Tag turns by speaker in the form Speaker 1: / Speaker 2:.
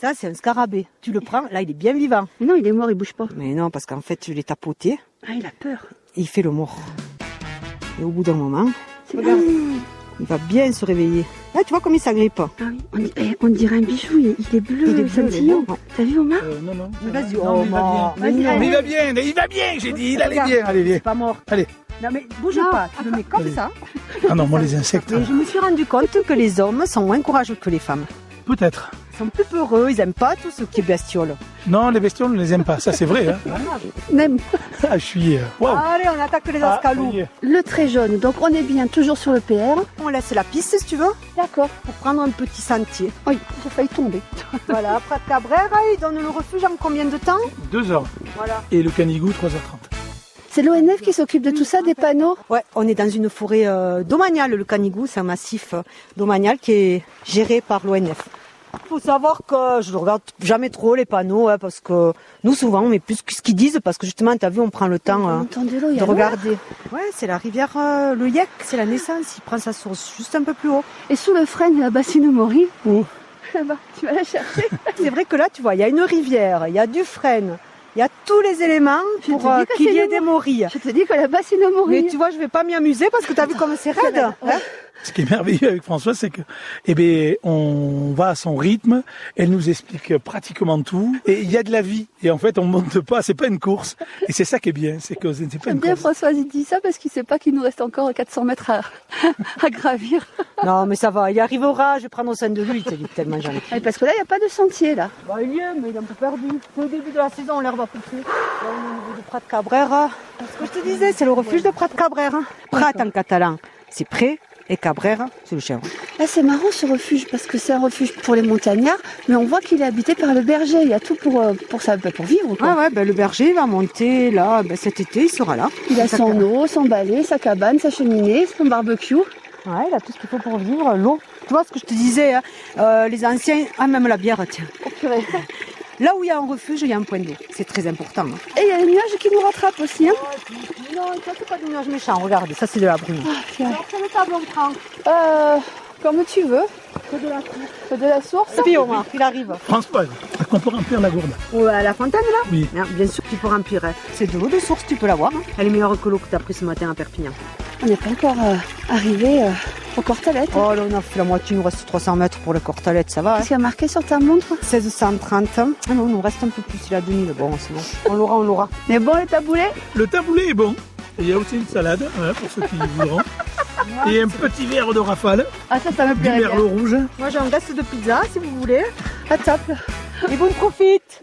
Speaker 1: Ça, c'est un scarabée. Tu le prends, là, il est bien vivant.
Speaker 2: Mais non, il est mort, il bouge pas.
Speaker 1: Mais non, parce qu'en fait, tu l'es tapoté,
Speaker 2: Ah, il a peur.
Speaker 1: il fait le mort. Et au bout d'un moment, regarde, il va bien se réveiller. Là, tu vois comme il s'agrippe.
Speaker 2: Ah oui, on, di- eh, on dirait un bijou, il, il est bleu,
Speaker 1: Il est bleu, il est
Speaker 2: scintillant.
Speaker 1: mort.
Speaker 2: T'as vu Omar
Speaker 3: Euh, non, non.
Speaker 1: Vas-y, oh, Ah,
Speaker 3: Non, mais il va
Speaker 1: Omar.
Speaker 3: bien.
Speaker 1: Vas-y,
Speaker 3: Mais
Speaker 1: allez.
Speaker 3: il va bien, mais il va bien, j'ai dit, il allait
Speaker 1: Regarde,
Speaker 3: bien, allez,
Speaker 1: C'est
Speaker 3: viens.
Speaker 1: pas mort.
Speaker 3: Allez.
Speaker 1: Non, mais bouge
Speaker 2: Non,
Speaker 1: pas, tu le mets comme
Speaker 3: Allez.
Speaker 1: ça.
Speaker 3: Ah non, moi les insectes,
Speaker 1: Mais je me suis rendu compte que les hommes sont moins courageux que les femmes.
Speaker 3: peut-être.
Speaker 1: Ils sont plus peureux, ils aiment pas tout ce qui est bestiole.
Speaker 3: Non, les bestions, on ne les aime pas, ça c'est vrai. Hein.
Speaker 2: Même
Speaker 3: Ah, je suis... euh, Waouh
Speaker 1: Allez, on attaque les
Speaker 3: Ah, ça
Speaker 1: escalous.
Speaker 3: y est.
Speaker 2: le trait jaune, donc on est bien toujours sur le PR.
Speaker 1: on laisse la piste, si tu veux,
Speaker 2: D'accord.
Speaker 1: pour prendre un petit sentier.
Speaker 2: Ah Oui, j'ai failli tomber.
Speaker 1: voilà, après Cabrera, il donne le refuge en combien de temps
Speaker 3: Deux heures.
Speaker 1: Voilà.
Speaker 3: Et le canigou, 3h30.
Speaker 2: C'est l'ONF qui s'occupe de tout ça, des panneaux
Speaker 1: Ouais, on est dans une forêt euh, domaniale. Le Canigou, c'est un massif euh, domanial qui est géré par l'ONF. Faut savoir que je ne regarde jamais trop les panneaux, hein, parce que nous, souvent, on met plus que ce qu'ils disent, parce que justement, t'as vu, on prend le temps euh,
Speaker 2: Entendez l'eau, il y
Speaker 1: de
Speaker 2: a l'eau.
Speaker 1: regarder. Ouais, c'est la rivière, euh, le Yek, c'est la naissance. Il prend sa source juste un peu plus haut.
Speaker 2: Et sous le frein de la bassine Mori,
Speaker 3: Où
Speaker 2: là-bas, tu vas la chercher.
Speaker 1: C'est vrai que là, tu vois, il y a une rivière, il y a du frêne, il y a tous les éléments
Speaker 2: Je te
Speaker 1: pour
Speaker 2: dis
Speaker 1: euh,
Speaker 2: que
Speaker 1: qu'il
Speaker 2: c'est
Speaker 1: y ait
Speaker 2: le
Speaker 1: des morilles.
Speaker 2: Je te dis que la bassine
Speaker 1: Mais
Speaker 2: Mori.
Speaker 1: tu vois, je vais pas m'y amuser parce que t'as vu comme c'est raide. hein.
Speaker 3: Ce qui est merveilleux avec François, c'est que, eh ben, on va à son rythme, elle nous explique pratiquement tout, et il y a de la vie. Et en fait, on monte pas, c'est pas une course. Et c'est ça qui est bien, c'est que c'est pas
Speaker 2: J'aime
Speaker 3: une
Speaker 2: bien
Speaker 3: course.
Speaker 2: François, il dit ça parce qu'il sait pas qu'il nous reste encore 400 mètres à, à gravir.
Speaker 1: Non, mais ça va, il arrivera, je vais prendre soin de lui, il est tellement gentil.
Speaker 2: Ah, parce que là, il n'y a pas de sentier, là.
Speaker 1: Bah, il y est, mais il est un peu perdu. C'est au début de la saison, l'herbe a poussé. Là, on est au niveau de Prat Cabrera. Parce que je te disais, c'est le refuge de Prat Cabrera. Prat en catalan, c'est prêt, et Cabrera, c'est le chèvre.
Speaker 2: Là, Ah, c'est marrant ce refuge parce que c'est un refuge pour les montagnards, mais on voit qu'il est habité par le berger. Il y a tout pour, euh, pour, ça, pour vivre. quoi.
Speaker 1: Ah ouais, ben, le berger il va monter là, ben, cet été, il sera là.
Speaker 2: Il a son eau, son balai, sa cabane, sa cheminée, son barbecue.
Speaker 1: Ouais, il a tout ce qu'il faut pour vivre, l'eau. Tu vois ce que je te disais, hein, euh, les anciens, ah même la bière, tiens.
Speaker 2: Oh, purée.
Speaker 1: Là où il y a un refuge, il y a un point d'eau. C'est très important. hein.
Speaker 2: Et il y a les nuages qui nous rattrapent aussi. Hein.
Speaker 1: Non, ça c'est pas du nuage méchant, regarde, ça c'est de la brume.
Speaker 2: Ah, tiens.
Speaker 1: Alors quelle table on prend
Speaker 2: Euh, comme tu veux. Feu de la source.
Speaker 1: C'est bien, Omar, il arrive.
Speaker 3: François, est-ce qu'on peut remplir la gourde
Speaker 1: Oh, à la fontaine là
Speaker 3: Oui.
Speaker 1: Non, Bien sûr que tu peux remplir. hein. C'est de l'eau de source, tu peux l'avoir. hein. Elle est meilleure que l'eau que tu as pris ce matin à Perpignan.
Speaker 2: On n'est pas encore euh, arrivé euh, au Cortalette.
Speaker 1: Oh là, on a fait la moitié, il nous reste 300 mètres pour le Cortalette, ça va hein
Speaker 2: Qu'est-ce qu'il y a marqué sur ta montre
Speaker 1: 1630. Ah non, il nous reste un peu plus, il a 2000. Bon, c'est bon. On l'aura, on l'aura.
Speaker 2: Mais bon, les taboulets
Speaker 3: Le taboulé est bon. Il y a aussi une salade, voilà, pour ceux qui voudront. Et un petit verre de rafale,
Speaker 2: Ah, ça, ça me
Speaker 3: du
Speaker 2: plairait bien.
Speaker 3: merlot rouge.
Speaker 2: Ah,
Speaker 1: Moi j'ai un reste de pizza si vous voulez.
Speaker 2: À table.
Speaker 1: Et vous ne profite